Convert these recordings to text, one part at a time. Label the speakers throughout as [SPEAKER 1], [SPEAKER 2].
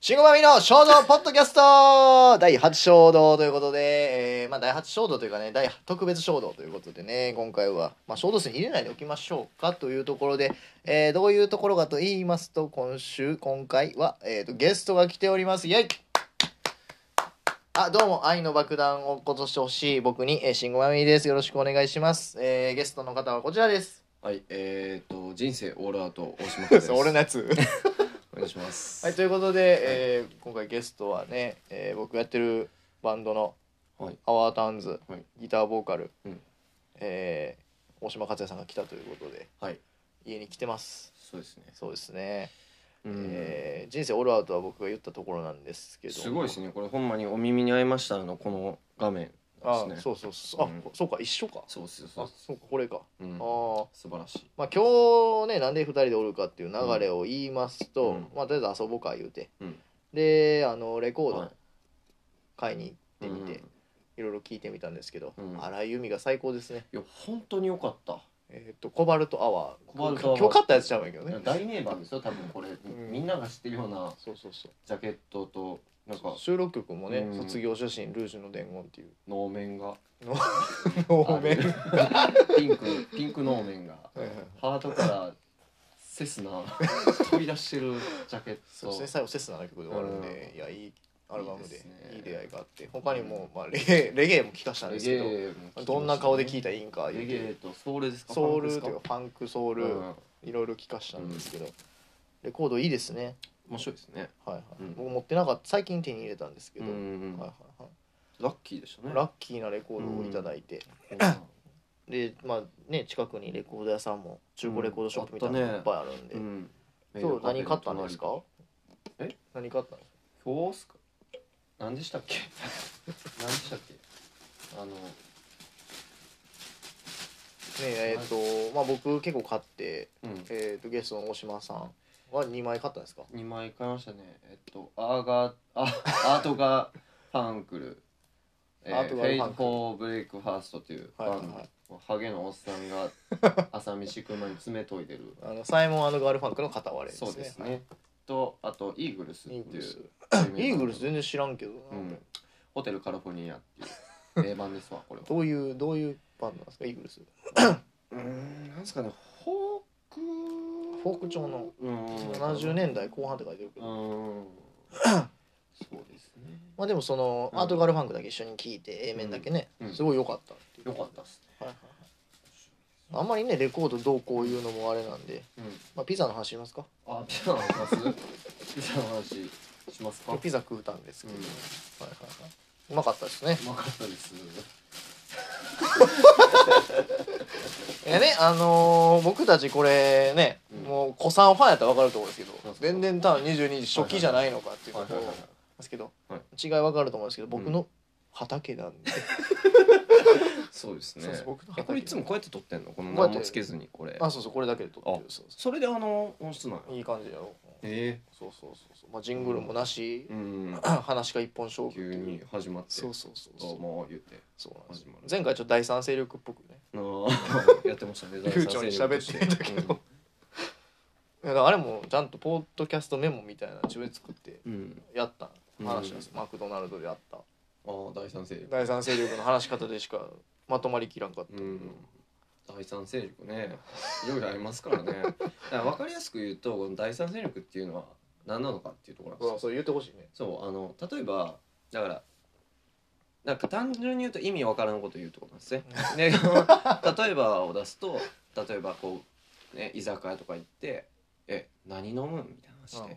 [SPEAKER 1] シグマミの衝動ポッドキャスト第8衝動ということで、えーまあ、第8衝動というかね、第特別衝動ということでね、今回は、まあ、衝動数に入れないでおきましょうかというところで、えーどういうところかと言いますと、今週、今回は、えーと、ゲストが来ております。イェイあ、どうも、愛の爆弾を落としてほしい僕に、えー、シングマミです。よろしくお願いします。えーゲストの方はこちらです。
[SPEAKER 2] はい、えー、と人生オールアウト大島 君です。
[SPEAKER 1] 俺のやつ。
[SPEAKER 2] お願いします。
[SPEAKER 1] はい、ということで、えー今回ゲストはね、えー僕やってるバンドの
[SPEAKER 2] はい、
[SPEAKER 1] アワーターンズ、
[SPEAKER 2] はい
[SPEAKER 1] ギターボーカル、
[SPEAKER 2] うん
[SPEAKER 1] えー大島克也さんが来たということで
[SPEAKER 2] はい、
[SPEAKER 1] 家に来てます
[SPEAKER 2] そうですね。
[SPEAKER 1] そうですね、
[SPEAKER 2] うん
[SPEAKER 1] えー人生オールアウトは僕が言ったところなんですけど
[SPEAKER 2] すごいですね。これほんまにお耳に合いましたのこの画面
[SPEAKER 1] あ
[SPEAKER 2] なんですね。
[SPEAKER 1] そうそうそうあ、
[SPEAKER 2] うん
[SPEAKER 1] そうか一緒か
[SPEAKER 2] そうですそ
[SPEAKER 1] あ
[SPEAKER 2] うです。
[SPEAKER 1] そうかこれか、
[SPEAKER 2] うん
[SPEAKER 1] あ、あ
[SPEAKER 2] 素晴らしい。
[SPEAKER 1] まあ今日ねなんで2人でおるかっていう流れを言いますと、
[SPEAKER 2] うん
[SPEAKER 1] まあとりあえず遊ぼうか言うて
[SPEAKER 2] うん。
[SPEAKER 1] であのレコード
[SPEAKER 2] い
[SPEAKER 1] 買いに行ってみて、
[SPEAKER 2] うんい
[SPEAKER 1] いろいろ聞いてみたんですけど、
[SPEAKER 2] うん
[SPEAKER 1] 荒井由実が最高ですね。
[SPEAKER 2] や本当に良かった。
[SPEAKER 1] えっ、とコバルトアワー。
[SPEAKER 2] コバルトアワー
[SPEAKER 1] 今日買ったやつちゃうんやけどね。
[SPEAKER 2] 大名番ですよ。多分これ、みんなが知ってるような
[SPEAKER 1] そうそうそう。
[SPEAKER 2] ジャケットとなんか
[SPEAKER 1] 収録曲もね、
[SPEAKER 2] うん
[SPEAKER 1] 卒業写真ルージュの伝言っていう。
[SPEAKER 2] 能面が
[SPEAKER 1] 能面。
[SPEAKER 2] ピンクピンク能面が
[SPEAKER 1] はいはい
[SPEAKER 2] ハートからセスナ飛び出してるジャケッ
[SPEAKER 1] そうで
[SPEAKER 2] ト
[SPEAKER 1] すね。。最後セスナの曲で終わるんで、いやいいアルバムでいい
[SPEAKER 2] いいですね
[SPEAKER 1] 出会いがあって、他にもまあレゲエレゲエも聞かしたんですけど、どんな顔で聞い
[SPEAKER 2] て
[SPEAKER 1] たらいいんか言
[SPEAKER 2] レ
[SPEAKER 1] う
[SPEAKER 2] ゲ
[SPEAKER 1] て。
[SPEAKER 2] エとソウルですか
[SPEAKER 1] ソウル
[SPEAKER 2] ファンク
[SPEAKER 1] とい
[SPEAKER 2] ですか
[SPEAKER 1] うかファンクソウル、
[SPEAKER 2] うん
[SPEAKER 1] いろいろ聞かしたんですけど、レコードいいですね。
[SPEAKER 2] 面白いですね
[SPEAKER 1] はいはい。
[SPEAKER 2] うん
[SPEAKER 1] 僕持ってなかった最近手に入れたんですけ
[SPEAKER 2] う
[SPEAKER 1] ど、
[SPEAKER 2] んうん
[SPEAKER 1] はいはいはい。
[SPEAKER 2] ラッキーでしたね
[SPEAKER 1] ラッキーなレコードをいただいて、でまあね近くにレコード屋さんも中古レコードショップみたいなのがいっぱいあるんで、
[SPEAKER 2] うんうん
[SPEAKER 1] 今日何買ったんですか
[SPEAKER 2] え
[SPEAKER 1] 何買ったんですか
[SPEAKER 2] 今日っすか何でしたっけ 何でしたっけあの
[SPEAKER 1] ねえっ、とまあ僕結構買って、
[SPEAKER 2] うん
[SPEAKER 1] えー、とゲストの大島さんは2枚買ったんですか
[SPEAKER 2] 二枚買いましたねえっとアーガーあ アートガーファンクルえ
[SPEAKER 1] ア
[SPEAKER 2] ー
[SPEAKER 1] ート
[SPEAKER 2] フ
[SPEAKER 1] ガー
[SPEAKER 2] ェイ
[SPEAKER 1] ファ
[SPEAKER 2] ト
[SPEAKER 1] ンクル
[SPEAKER 2] フォーブレイクファーストというバン
[SPEAKER 1] は
[SPEAKER 2] ド、
[SPEAKER 1] いはいはい
[SPEAKER 2] ハゲのおっさんが朝飯食う前に爪研いでる
[SPEAKER 1] あのサイモンガールファンクの片割れですね
[SPEAKER 2] そうですね、
[SPEAKER 1] はい
[SPEAKER 2] とあとイーグルスってい
[SPEAKER 1] イ
[SPEAKER 2] う
[SPEAKER 1] ーグルス
[SPEAKER 2] 有名な
[SPEAKER 1] イーグルス全然知らんけどな、
[SPEAKER 2] うん、ホテルカリフォルニアっていう定番ですわこれは
[SPEAKER 1] どういうどういうバンドなんですかイーグルス
[SPEAKER 2] うーんなんですかねフォーク
[SPEAKER 1] フォーク調の
[SPEAKER 2] うーん
[SPEAKER 1] 70年代後半って書いてるけ
[SPEAKER 2] う
[SPEAKER 1] ど、
[SPEAKER 2] ーんそうですね
[SPEAKER 1] まあでもその、
[SPEAKER 2] うん
[SPEAKER 1] アートガールファンクだけ一緒に聴いて A 面だけね、
[SPEAKER 2] うん
[SPEAKER 1] すごい良かったっていう
[SPEAKER 2] よかったっす
[SPEAKER 1] はいはいはい、あんまりねレコードどうこういうのもあれなんで、
[SPEAKER 2] ね
[SPEAKER 1] まあ、ピザの話しますか
[SPEAKER 2] うんあピザの話ピザの話します か
[SPEAKER 1] ピザ食うたんですけど、
[SPEAKER 2] うん
[SPEAKER 1] はいはいはいうまかったですね
[SPEAKER 2] うまかったです
[SPEAKER 1] いやねあのー僕たちこれね、
[SPEAKER 2] うん
[SPEAKER 1] もう子さんファンやったら分かると思うんですけど
[SPEAKER 2] そうそう
[SPEAKER 1] 全然多分22時初期じゃないのかっていうところ
[SPEAKER 2] はい
[SPEAKER 1] な
[SPEAKER 2] は
[SPEAKER 1] ん
[SPEAKER 2] いはいはい
[SPEAKER 1] ですけど、
[SPEAKER 2] は
[SPEAKER 1] 違い分かると思うんですけど僕の畑なんで、
[SPEAKER 2] そうですね
[SPEAKER 1] そうそう僕の
[SPEAKER 2] えこれいつもこうやって撮ってんのこの
[SPEAKER 1] こうやっ
[SPEAKER 2] 何
[SPEAKER 1] て
[SPEAKER 2] もつけずにこれ
[SPEAKER 1] あそうそうこれだけで撮ってるそうそ
[SPEAKER 2] それであの音質なの
[SPEAKER 1] ういい感じやろ
[SPEAKER 2] え
[SPEAKER 1] そうそうそうそう、まあ、ジングルもなし
[SPEAKER 2] え、うん
[SPEAKER 1] 話が一本勝負って
[SPEAKER 2] 急
[SPEAKER 1] いう
[SPEAKER 2] に始まって
[SPEAKER 1] そうそうそう
[SPEAKER 2] ど
[SPEAKER 1] そう
[SPEAKER 2] うも言って
[SPEAKER 1] そうなんですよ
[SPEAKER 2] 始まる
[SPEAKER 1] 前回ちょっと第三勢力っぽくね
[SPEAKER 2] あーやってました ね
[SPEAKER 1] 流暢に喋ってたけどいやだからあれもちゃんとポッドキャストメモみたいなの自分で作って
[SPEAKER 2] うん、うん
[SPEAKER 1] やった話なんですよ、マクドナルドであった
[SPEAKER 2] ああ第三勢力
[SPEAKER 1] 第三勢力の話し方でしかまとまりきらんかった、
[SPEAKER 2] うん第三勢力ねいろいろありますからねだから分かりやすく言うとこの第三勢力っていうのは何なのかっていうところなん
[SPEAKER 1] そうそ
[SPEAKER 2] ですよ
[SPEAKER 1] う言ってほしいね
[SPEAKER 2] そうあの例えばだからなんか単純に言うと意味わからんこと言うってことなんです ね。で例えばを出すと例えばこう、ね、居酒屋とか行って「え何飲む?」みたいな話して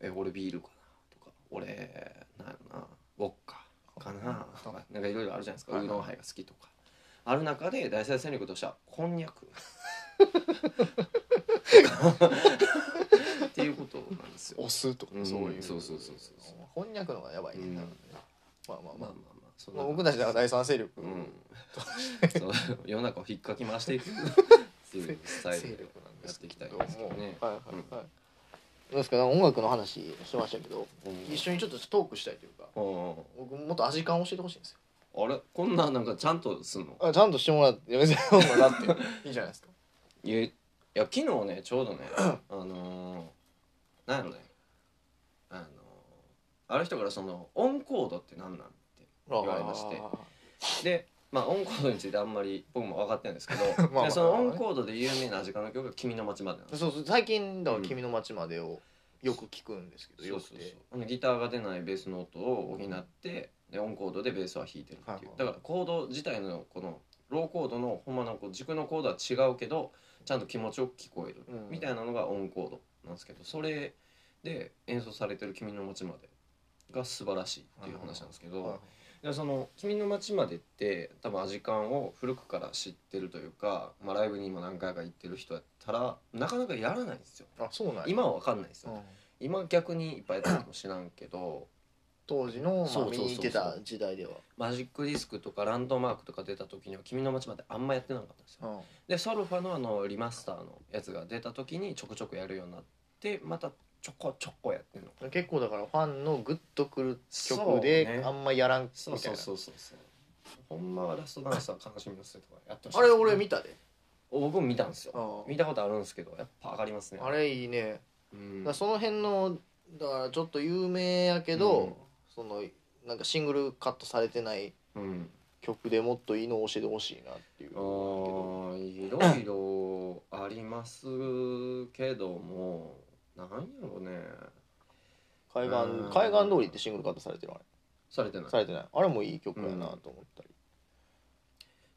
[SPEAKER 2] え俺ビールかなとか俺なんやろなウォッカかなとかなんかいろいろあるじゃないですか
[SPEAKER 1] は
[SPEAKER 2] ウ
[SPEAKER 1] いはい
[SPEAKER 2] ーロンハイが好きとかある中で第三戦力としてはこんにゃくっていうことなんですよ
[SPEAKER 1] お酢とか、
[SPEAKER 2] うん
[SPEAKER 1] そういう
[SPEAKER 2] そうそうそうそうそう
[SPEAKER 1] こんにゃくのがやばいね、
[SPEAKER 2] うん
[SPEAKER 1] 多分ねまあまあまあ、
[SPEAKER 2] まあまあまあそん
[SPEAKER 1] ま
[SPEAKER 2] な
[SPEAKER 1] あ、僕たちだから第三勢力、
[SPEAKER 2] うんそう世の中を引っかき回していくっていうスタイ
[SPEAKER 1] 勢
[SPEAKER 2] ルで
[SPEAKER 1] 力なんで
[SPEAKER 2] やっ
[SPEAKER 1] す
[SPEAKER 2] て
[SPEAKER 1] け
[SPEAKER 2] い
[SPEAKER 1] ど
[SPEAKER 2] きたいですけど
[SPEAKER 1] も
[SPEAKER 2] ね
[SPEAKER 1] うはいはいはい、どうですかなんか音楽の話してましたけど一緒にちょっとトークしたいというか
[SPEAKER 2] うんうん
[SPEAKER 1] 僕もっと味感教えてほしいんですよ
[SPEAKER 2] あれこんななんかちゃんとすんの
[SPEAKER 1] あちゃんとしてもら って別にそんなだっていいじゃない ですか
[SPEAKER 2] いやい や昨日ねちょうどねあのー、なんやろねあのある人からそのオンコードって何なんって言われましてで、まあ、オンコードについてあんまり僕も分かってないんですけど
[SPEAKER 1] まあ
[SPEAKER 2] でそのオンコードで有名なアジカンの曲が「君の街まで」なんです
[SPEAKER 1] そうそう最近だから
[SPEAKER 2] うん
[SPEAKER 1] 君の街まで」をよく聞くんですけど、
[SPEAKER 2] そう
[SPEAKER 1] よく
[SPEAKER 2] そ
[SPEAKER 1] て
[SPEAKER 2] うそうあのギターが出ないベースの音を補って、でオンコードでベースは弾いてるっていう、
[SPEAKER 1] はいはい
[SPEAKER 2] だからコード自体のこのローコードのほんまのこう軸のコードは違うけどちゃんと気持ちよく聞こえる
[SPEAKER 1] うん
[SPEAKER 2] みたいなのがオンコードなんですけどそれで演奏されてる「君の街まで」が素晴らしいっていう話なんですけど、
[SPEAKER 1] はい
[SPEAKER 2] でその「君の街まで」って多分アジカンを古くから知ってるというか、まあ、ライブにも何回か行ってる人やったらなかなかやらないんですよ
[SPEAKER 1] あそうなんや
[SPEAKER 2] 今は分かんないです
[SPEAKER 1] う
[SPEAKER 2] よ、
[SPEAKER 1] ん
[SPEAKER 2] 今逆にいっぱいやってるかもしらんけ ど
[SPEAKER 1] 当時の、ま
[SPEAKER 2] そう
[SPEAKER 1] あ、
[SPEAKER 2] そう
[SPEAKER 1] 見
[SPEAKER 2] そうそう
[SPEAKER 1] に行ってた時代では
[SPEAKER 2] マジックディスクとかランドマークとか出た時には「君の街まで」あんまやってなかったんですよ
[SPEAKER 1] うん
[SPEAKER 2] でソルファのあのリマスターのやつが出た時にちょこちょこやるようになってまたちょこちょこやってるのかな
[SPEAKER 1] 結構だからファンのグッとくる曲
[SPEAKER 2] そう
[SPEAKER 1] で
[SPEAKER 2] ね
[SPEAKER 1] あんまやらんみたい
[SPEAKER 2] そう
[SPEAKER 1] な、
[SPEAKER 2] そうそうそうそうほんまはラストダンサー悲しみのせいとかやってほしい
[SPEAKER 1] あれ俺見たで、
[SPEAKER 2] 僕も見たんですよ
[SPEAKER 1] うん
[SPEAKER 2] 見たことあるんですけどやっぱ上がりますね
[SPEAKER 1] あれいいね、
[SPEAKER 2] うん
[SPEAKER 1] だからその辺のだからちょっと有名やけど、
[SPEAKER 2] うん
[SPEAKER 1] そのなんかシングルカットされてない
[SPEAKER 2] うん
[SPEAKER 1] 曲でもっといいのを教えてほしいなっていう
[SPEAKER 2] あ
[SPEAKER 1] の
[SPEAKER 2] ーいろいろありますけどもなんやろね
[SPEAKER 1] があるけど
[SPEAKER 2] うん
[SPEAKER 1] 海岸海岸通りってシングルカットされてるあれ
[SPEAKER 2] されてない
[SPEAKER 1] されてないあれもいい曲やなと思ったり、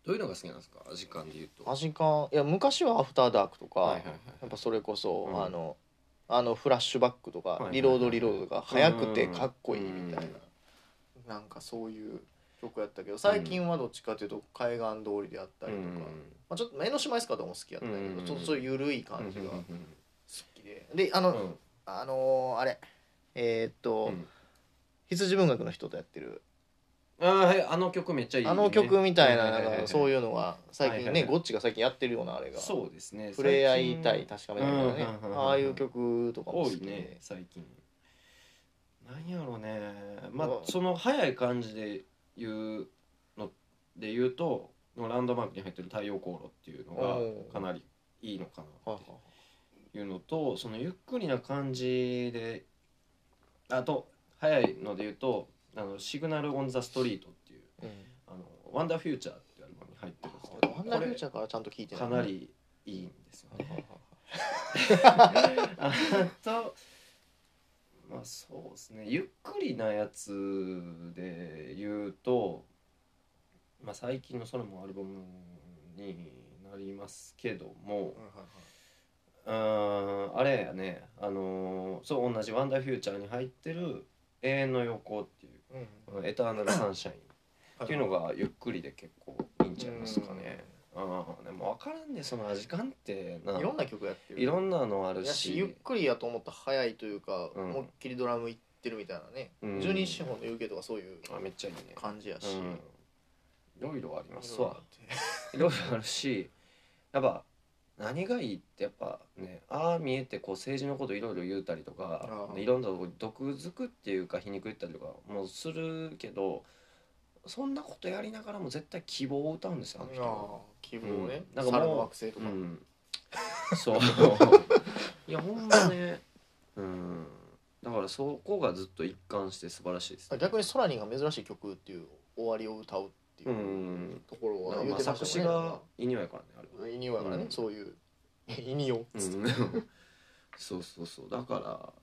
[SPEAKER 2] どういうのが好きなんですか時間で言うと
[SPEAKER 1] アジカンいや昔は「アフターダーク」とか、
[SPEAKER 2] はいはいはい
[SPEAKER 1] やっぱそれこそ、
[SPEAKER 2] うん
[SPEAKER 1] あのあのフラッシュバックとか、
[SPEAKER 2] いはいはい
[SPEAKER 1] リロードリロードとか早くてかっこいいみたいな、
[SPEAKER 2] うん
[SPEAKER 1] なんかそういう曲やったけど最近はどっちかというと海岸通りであったりとか、まあ、ちょっと江ノ島エスカとかも好きやったんやけど、
[SPEAKER 2] うん
[SPEAKER 1] ちょっとそういう緩い感じが好きで、であ
[SPEAKER 2] う
[SPEAKER 1] の、
[SPEAKER 2] んうん
[SPEAKER 1] あのーあれえーっと、
[SPEAKER 2] うん
[SPEAKER 1] 羊文学の人とやってる
[SPEAKER 2] あーはいあの曲めっちゃいいね
[SPEAKER 1] あの曲みたいななんかそう
[SPEAKER 2] う
[SPEAKER 1] いうのが最近
[SPEAKER 2] はいはい
[SPEAKER 1] ね
[SPEAKER 2] はい
[SPEAKER 1] ゴッチが最近やってるようなあれが
[SPEAKER 2] そうですね
[SPEAKER 1] 触れ合いた
[SPEAKER 2] 最
[SPEAKER 1] い
[SPEAKER 2] 近
[SPEAKER 1] 確かめたいなね
[SPEAKER 2] うんうんうんうん
[SPEAKER 1] ああいう曲とかも
[SPEAKER 2] 多
[SPEAKER 1] 好
[SPEAKER 2] い
[SPEAKER 1] き
[SPEAKER 2] ね
[SPEAKER 1] で
[SPEAKER 2] 最近なんやろうねまあ
[SPEAKER 1] うん
[SPEAKER 2] その早い感じで言うので言うとランドマークに入ってる「太陽光炉」っていうの
[SPEAKER 1] お
[SPEAKER 2] が
[SPEAKER 1] ー
[SPEAKER 2] かなりいいのかな
[SPEAKER 1] はい
[SPEAKER 2] っ
[SPEAKER 1] はい
[SPEAKER 2] ていうのとそのゆっくりな感じであと早いので言うと「あのシグナル・オン・ザ・ストリート」っていう
[SPEAKER 1] うん
[SPEAKER 2] 「あのワンダー・フューチャー」っていうアルバムに入ってるんですけど
[SPEAKER 1] ワンダーフューチ
[SPEAKER 2] こ
[SPEAKER 1] ャーからちゃんと聞いて
[SPEAKER 2] れ
[SPEAKER 1] ない
[SPEAKER 2] かなりいいんですよ ね
[SPEAKER 1] はいはいはい
[SPEAKER 2] あとまあそうですねゆっくりなやつで言うと、まあ、最近のそれもアルバムになりますけどもうーんあれやねあのーそう同じ「ワンダーフューチャー」に入ってる「永遠の横」っていう
[SPEAKER 1] うん
[SPEAKER 2] 「このエターナルサンシャイン」っていうのがゆっくりで結構いいんちゃいますかね。ああでも分からんねその味感ってない
[SPEAKER 1] ろんな曲やってる
[SPEAKER 2] いろんなのあ
[SPEAKER 1] や
[SPEAKER 2] るし
[SPEAKER 1] しゆっくりやと思ったら早いというか、
[SPEAKER 2] うん
[SPEAKER 1] 思いっきりドラムいってるみたいなね、
[SPEAKER 2] うん
[SPEAKER 1] 十二支本の言うけとかそういう
[SPEAKER 2] あめっちゃいいね
[SPEAKER 1] 感じやし、
[SPEAKER 2] うん、いろいろありますわ
[SPEAKER 1] う
[SPEAKER 2] いろいろあるしやっぱ何がいいってやっぱねああ見えてこう政治のこといろいろ言うたりとか
[SPEAKER 1] あー
[SPEAKER 2] いろんなとこ毒づくっていうか皮肉言ったりとかもするけどそんなことやりながらも絶対希望を歌うんですよあの
[SPEAKER 1] ん
[SPEAKER 2] 人
[SPEAKER 1] あ
[SPEAKER 2] は
[SPEAKER 1] あ希望ね、
[SPEAKER 2] うんなんかもう
[SPEAKER 1] 猿の惑星と
[SPEAKER 2] う
[SPEAKER 1] か、
[SPEAKER 2] ん、 そういやほんまねうんだからそこがずっと一貫して素晴らしいです、ね、
[SPEAKER 1] 逆にソラニンが珍しい曲っていう終わりを歌うっていうううんところ
[SPEAKER 2] ま
[SPEAKER 1] は
[SPEAKER 2] あ
[SPEAKER 1] 言
[SPEAKER 2] ま
[SPEAKER 1] っ
[SPEAKER 2] あ
[SPEAKER 1] てま
[SPEAKER 2] 作
[SPEAKER 1] し
[SPEAKER 2] 詞
[SPEAKER 1] た
[SPEAKER 2] が
[SPEAKER 1] よ
[SPEAKER 2] イニオやからねあれは
[SPEAKER 1] ね意味わからね、
[SPEAKER 2] うん
[SPEAKER 1] そういう 意味を、
[SPEAKER 2] うんそうそうそうだか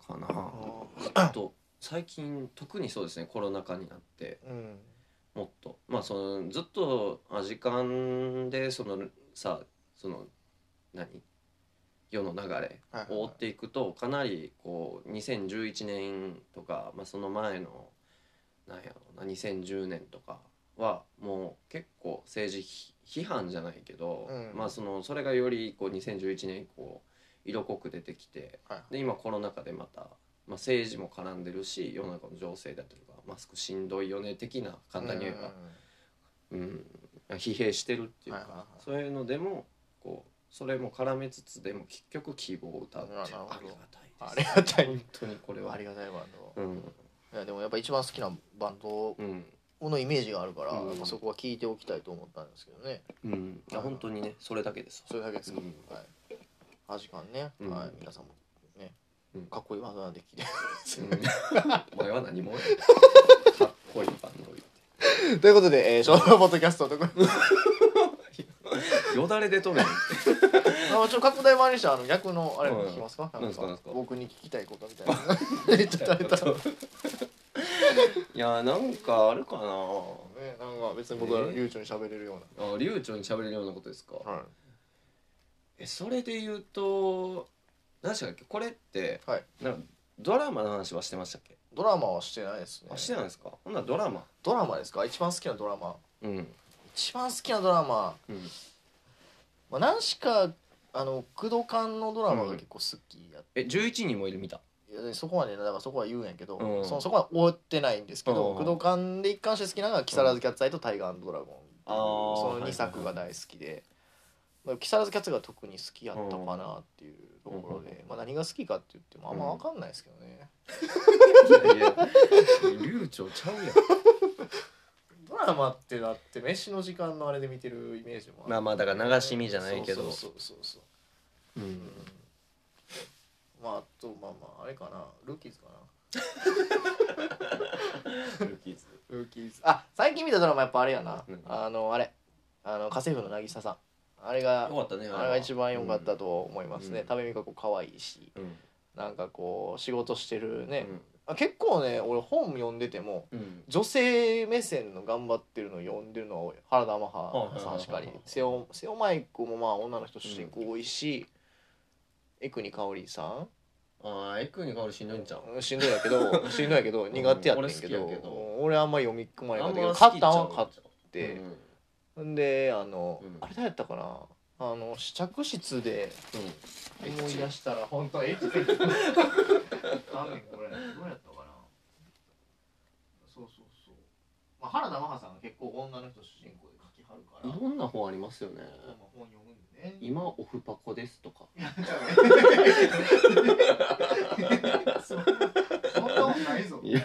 [SPEAKER 2] らかなあと最近特にそうですねコロナ禍になって
[SPEAKER 1] うん
[SPEAKER 2] もっとまあそのずっとあ時間でそのさその何世の流れ
[SPEAKER 1] はいはい
[SPEAKER 2] を追っていくとかなりこう2011年とか、まあ、その前のなんやろうな2010年とかはもう結構政治批批判じゃないけど、
[SPEAKER 1] うん
[SPEAKER 2] まあ、そのそれがよりこう2011年以降色濃く出てきて
[SPEAKER 1] はい
[SPEAKER 2] で今コロナ禍でまた、まあ、政治も絡んでるし世の中の情勢だとかマスクしんどいよね的な簡単に言えば。うん、疲弊してるっていうか、
[SPEAKER 1] はいはいはい
[SPEAKER 2] そういうのでもこうそれも絡めつつでも結局希望を歌うっていう
[SPEAKER 1] な
[SPEAKER 2] あ
[SPEAKER 1] るほど
[SPEAKER 2] りが
[SPEAKER 1] あ
[SPEAKER 2] たい
[SPEAKER 1] り
[SPEAKER 2] で
[SPEAKER 1] が
[SPEAKER 2] す
[SPEAKER 1] たい
[SPEAKER 2] 本当にこれ
[SPEAKER 1] うん
[SPEAKER 2] は
[SPEAKER 1] ありがたいバンド
[SPEAKER 2] うん
[SPEAKER 1] いやでもやっぱ一番好きなバンド
[SPEAKER 2] うん
[SPEAKER 1] のイメージがあるから、
[SPEAKER 2] うん
[SPEAKER 1] やっぱそこは聞いておきたいと思ったんですけどね
[SPEAKER 2] うんいや本当にねそれだけです
[SPEAKER 1] それだけですか、
[SPEAKER 2] うん
[SPEAKER 1] はいアジカンね、
[SPEAKER 2] うん
[SPEAKER 1] はい皆さんもね
[SPEAKER 2] うん
[SPEAKER 1] かっこいいわなんで聞いて
[SPEAKER 2] お前は何もかっこいいバンド言って
[SPEAKER 1] ということで、えー、ショートポッドキャストと か
[SPEAKER 2] よだれで撮るの
[SPEAKER 1] あのちょっと拡大版にしてあの逆のあれも聞きますか,、
[SPEAKER 2] うんなんですか
[SPEAKER 1] 僕に聞きたいことみたい な言っちゃったね
[SPEAKER 2] いやなんかあるかな
[SPEAKER 1] なんか別に僕は
[SPEAKER 2] えー
[SPEAKER 1] 流暢に喋れるよう
[SPEAKER 2] あ流暢に喋れるようなことですか
[SPEAKER 1] な、はい
[SPEAKER 2] えそれで言うと何でしたっけこれって、
[SPEAKER 1] はい
[SPEAKER 2] なんかドラマの話はしてましたっけ、
[SPEAKER 1] ドラマはしてないですね
[SPEAKER 2] あしてないんですかほんならドラマ
[SPEAKER 1] ドラマですか一番好きなドラマ
[SPEAKER 2] うん
[SPEAKER 1] 一番好きなドラマ、
[SPEAKER 2] うん
[SPEAKER 1] まあ、何しかあの工藤館のドラマが結構好きやっ
[SPEAKER 2] え11人もいる見た
[SPEAKER 1] いやでそこまでねだからそこは言うんやけど、
[SPEAKER 2] うん
[SPEAKER 1] そのそこは追ってないんですけど、
[SPEAKER 2] う
[SPEAKER 1] 工
[SPEAKER 2] ん
[SPEAKER 1] 藤館で一貫して好きなのが「木更津キャッツアイ」と「タイガードラゴン」
[SPEAKER 2] あー
[SPEAKER 1] その2作が大好きで、まあ木更津キャッツが特に好きやったかなっていうところで、まあ、何が好きかって言ってもあんま分かんないですけどね、
[SPEAKER 2] いやいや流暢ちゃうやん
[SPEAKER 1] ドラマってだって飯の時間のあれで見てるイメージもる
[SPEAKER 2] まあまあだから流し見じゃないけど
[SPEAKER 1] そうそうそうそう
[SPEAKER 2] う
[SPEAKER 1] うんんまああとまあまああれかなルーキーズかなルーキーズあ最近見たドラマやっぱあれやな、
[SPEAKER 2] うん
[SPEAKER 1] あのあれあの家政婦の渚さんあれが
[SPEAKER 2] よかったね
[SPEAKER 1] あれが一番良かったと思いますね、
[SPEAKER 2] うん
[SPEAKER 1] 多部未華子可愛いし
[SPEAKER 2] うん
[SPEAKER 1] なんかこう仕事してるね、
[SPEAKER 2] うん
[SPEAKER 1] あ結構ね俺本読んでても
[SPEAKER 2] うん
[SPEAKER 1] 女性目線の頑張ってるのを読んでるのは多い原田マハさんしかり
[SPEAKER 2] はいはいはいはい
[SPEAKER 1] 瀬尾瀬尾舞子もまあ女の人主人公多いし、江国香織さん
[SPEAKER 2] ああエクに変わるしんどいんちゃう
[SPEAKER 1] うんしんどいやけ どしんどいやけど苦手やってんけ
[SPEAKER 2] うん
[SPEAKER 1] ど,、
[SPEAKER 2] 俺好きやけど
[SPEAKER 1] 俺あんま読み込まれなかったけど
[SPEAKER 2] 好き
[SPEAKER 1] 買っ
[SPEAKER 2] ちゃ
[SPEAKER 1] た
[SPEAKER 2] うん
[SPEAKER 1] は買って
[SPEAKER 2] う、ん
[SPEAKER 1] ん、であの、
[SPEAKER 2] うん
[SPEAKER 1] あれ誰やったかなあの試着室で
[SPEAKER 2] うん
[SPEAKER 1] 思い出したら本当エッチ画面これどうやったかなそうそうそう、まあ、原田真帆さんが結構女の人主人公で書きはるか
[SPEAKER 2] いろんな本ありますよね。
[SPEAKER 1] 本読むんでね
[SPEAKER 2] 今オフパコですとか。
[SPEAKER 1] そんなそんなことないぞ
[SPEAKER 2] いや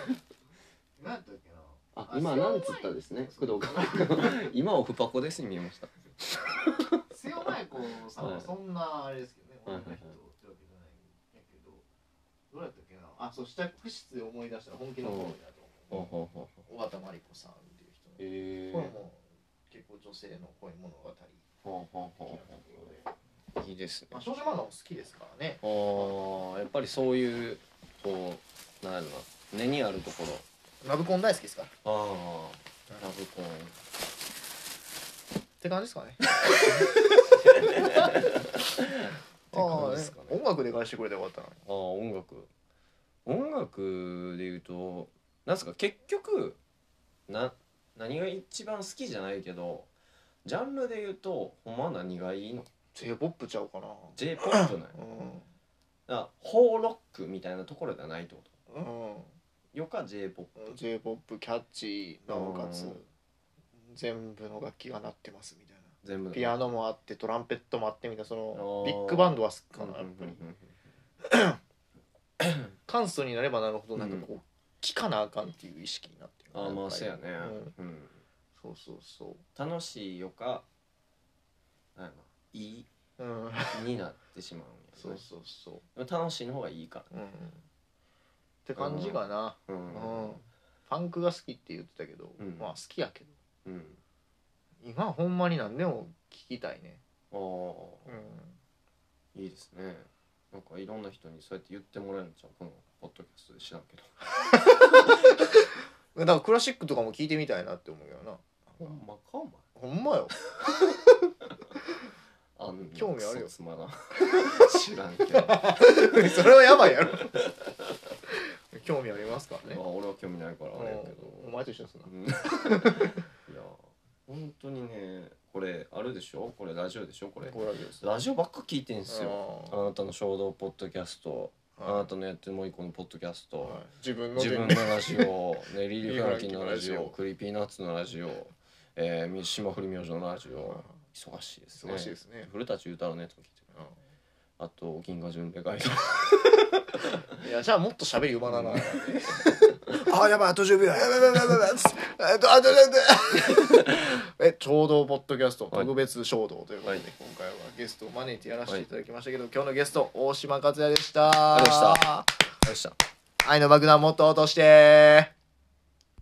[SPEAKER 1] 何やったっけな
[SPEAKER 2] あ、今なんつったですね。工藤君。今オフパコですに見えました。
[SPEAKER 1] 瀬尾麻衣子さんはそんなあれですけどね、
[SPEAKER 2] はい
[SPEAKER 1] 女の人ってわけじゃないんやけど、どうやったっけなあそう試着室で思い出したら本気の声だと思
[SPEAKER 2] ほうほう
[SPEAKER 1] う小畑真理子さんっていう人の、これ
[SPEAKER 2] え
[SPEAKER 1] も結構女性の恋物語的
[SPEAKER 2] ほうほう
[SPEAKER 1] なと
[SPEAKER 2] ほ
[SPEAKER 1] ころで、
[SPEAKER 2] うほう。いいです
[SPEAKER 1] ま
[SPEAKER 2] ね
[SPEAKER 1] あ、。少女漫画も好きですからね
[SPEAKER 2] ああ、やっぱりそういうこうなんやろな根にあるところ。
[SPEAKER 1] ラブコン大好きですからっ
[SPEAKER 2] ああ、ラブコン。
[SPEAKER 1] て感じですかね
[SPEAKER 2] 感じですかね
[SPEAKER 1] ああね音楽で返してくれてよかったな
[SPEAKER 2] ああ、音楽。音楽で言うと、なんすか結局な何が一番好きじゃないけど。ジャンルで言うと、ほんま何がいいの
[SPEAKER 1] j p o p ちゃうかな
[SPEAKER 2] J-POP なんや
[SPEAKER 1] う
[SPEAKER 2] だからホーロックみたいなところじゃないってこと
[SPEAKER 1] ん、うん
[SPEAKER 2] よか J-POP
[SPEAKER 1] j p o p キャッチーなおかつ
[SPEAKER 2] うん
[SPEAKER 1] 全部の楽器が鳴ってますみたい
[SPEAKER 2] 全部
[SPEAKER 1] なピア
[SPEAKER 2] ノ
[SPEAKER 1] ノもあってトランペットもあってみたいなその
[SPEAKER 2] あ
[SPEAKER 1] ビ
[SPEAKER 2] ー
[SPEAKER 1] ッグバンドは好きかなやっぱり簡素になればなるほどなんかこう聴かなあかんっていう意識になってる
[SPEAKER 2] ああまあそうやね
[SPEAKER 1] う、ん
[SPEAKER 2] うん
[SPEAKER 1] そうそうそ
[SPEAKER 2] 楽しいよかなんやろないいう
[SPEAKER 1] うん
[SPEAKER 2] になってしまうんや
[SPEAKER 1] そうそうそ
[SPEAKER 2] でも楽しいの方がいいか
[SPEAKER 1] ううんって感じかな
[SPEAKER 2] らう
[SPEAKER 1] うんんパンクが好きって言ってたけど
[SPEAKER 2] うん
[SPEAKER 1] まあ好きやけど
[SPEAKER 2] うん
[SPEAKER 1] 今ほんまに何でも聴きたいね
[SPEAKER 2] ああ
[SPEAKER 1] うん
[SPEAKER 2] いいですねなんかいろんな人にそうやって言ってもらえるんちゃうこのポッドキャストで知らんけど
[SPEAKER 1] だからクラシックとかも聴いてみたいなって思うけどな
[SPEAKER 2] ほんまかお
[SPEAKER 1] ほ
[SPEAKER 2] 前
[SPEAKER 1] ん まよ
[SPEAKER 2] あんな
[SPEAKER 1] 興味あるよ
[SPEAKER 2] クソつ まらん知らんけど
[SPEAKER 1] それはやばいやろ興味ありますからね
[SPEAKER 2] まあ俺は興味ないからあれやけど
[SPEAKER 1] お前と一緒ですな
[SPEAKER 2] うんいや本当にねこれあるでしょこれラジオでしょこれ
[SPEAKER 1] これラジオです
[SPEAKER 2] ラジオばっか聞いてんすよあ
[SPEAKER 1] あ
[SPEAKER 2] なたの衝動ポッドキャスト
[SPEAKER 1] ー
[SPEAKER 2] あなたのやってるもう一個のポッドキャスト、
[SPEAKER 1] はい自分の
[SPEAKER 2] 自分
[SPEAKER 1] で
[SPEAKER 2] のラジオ、ね、リリー・フランキーのラジ
[SPEAKER 1] リリーフランキーのラジ
[SPEAKER 2] オ
[SPEAKER 1] オ
[SPEAKER 2] クリーピーナッツのラジオ、えー、霜降り明星のラジ
[SPEAKER 1] は
[SPEAKER 2] オ忙しいです
[SPEAKER 1] い
[SPEAKER 2] ね
[SPEAKER 1] 忙しいですね
[SPEAKER 2] 古舘ゆうたろうねとか聞いてるあと銀河純でガイド
[SPEAKER 1] いやじゃあもっと喋りうまだなあやばいあと10秒やばいやばいやばいやばいつってえっとあとえっとえちょうどポッドキャスト
[SPEAKER 2] はい
[SPEAKER 1] 特別衝動ということで、
[SPEAKER 2] はい
[SPEAKER 1] 今回はゲストを招いてやらせていただきましたけど、今日のゲスト大島克也でした
[SPEAKER 2] りがとうございました。
[SPEAKER 1] 愛の爆弾もっと落として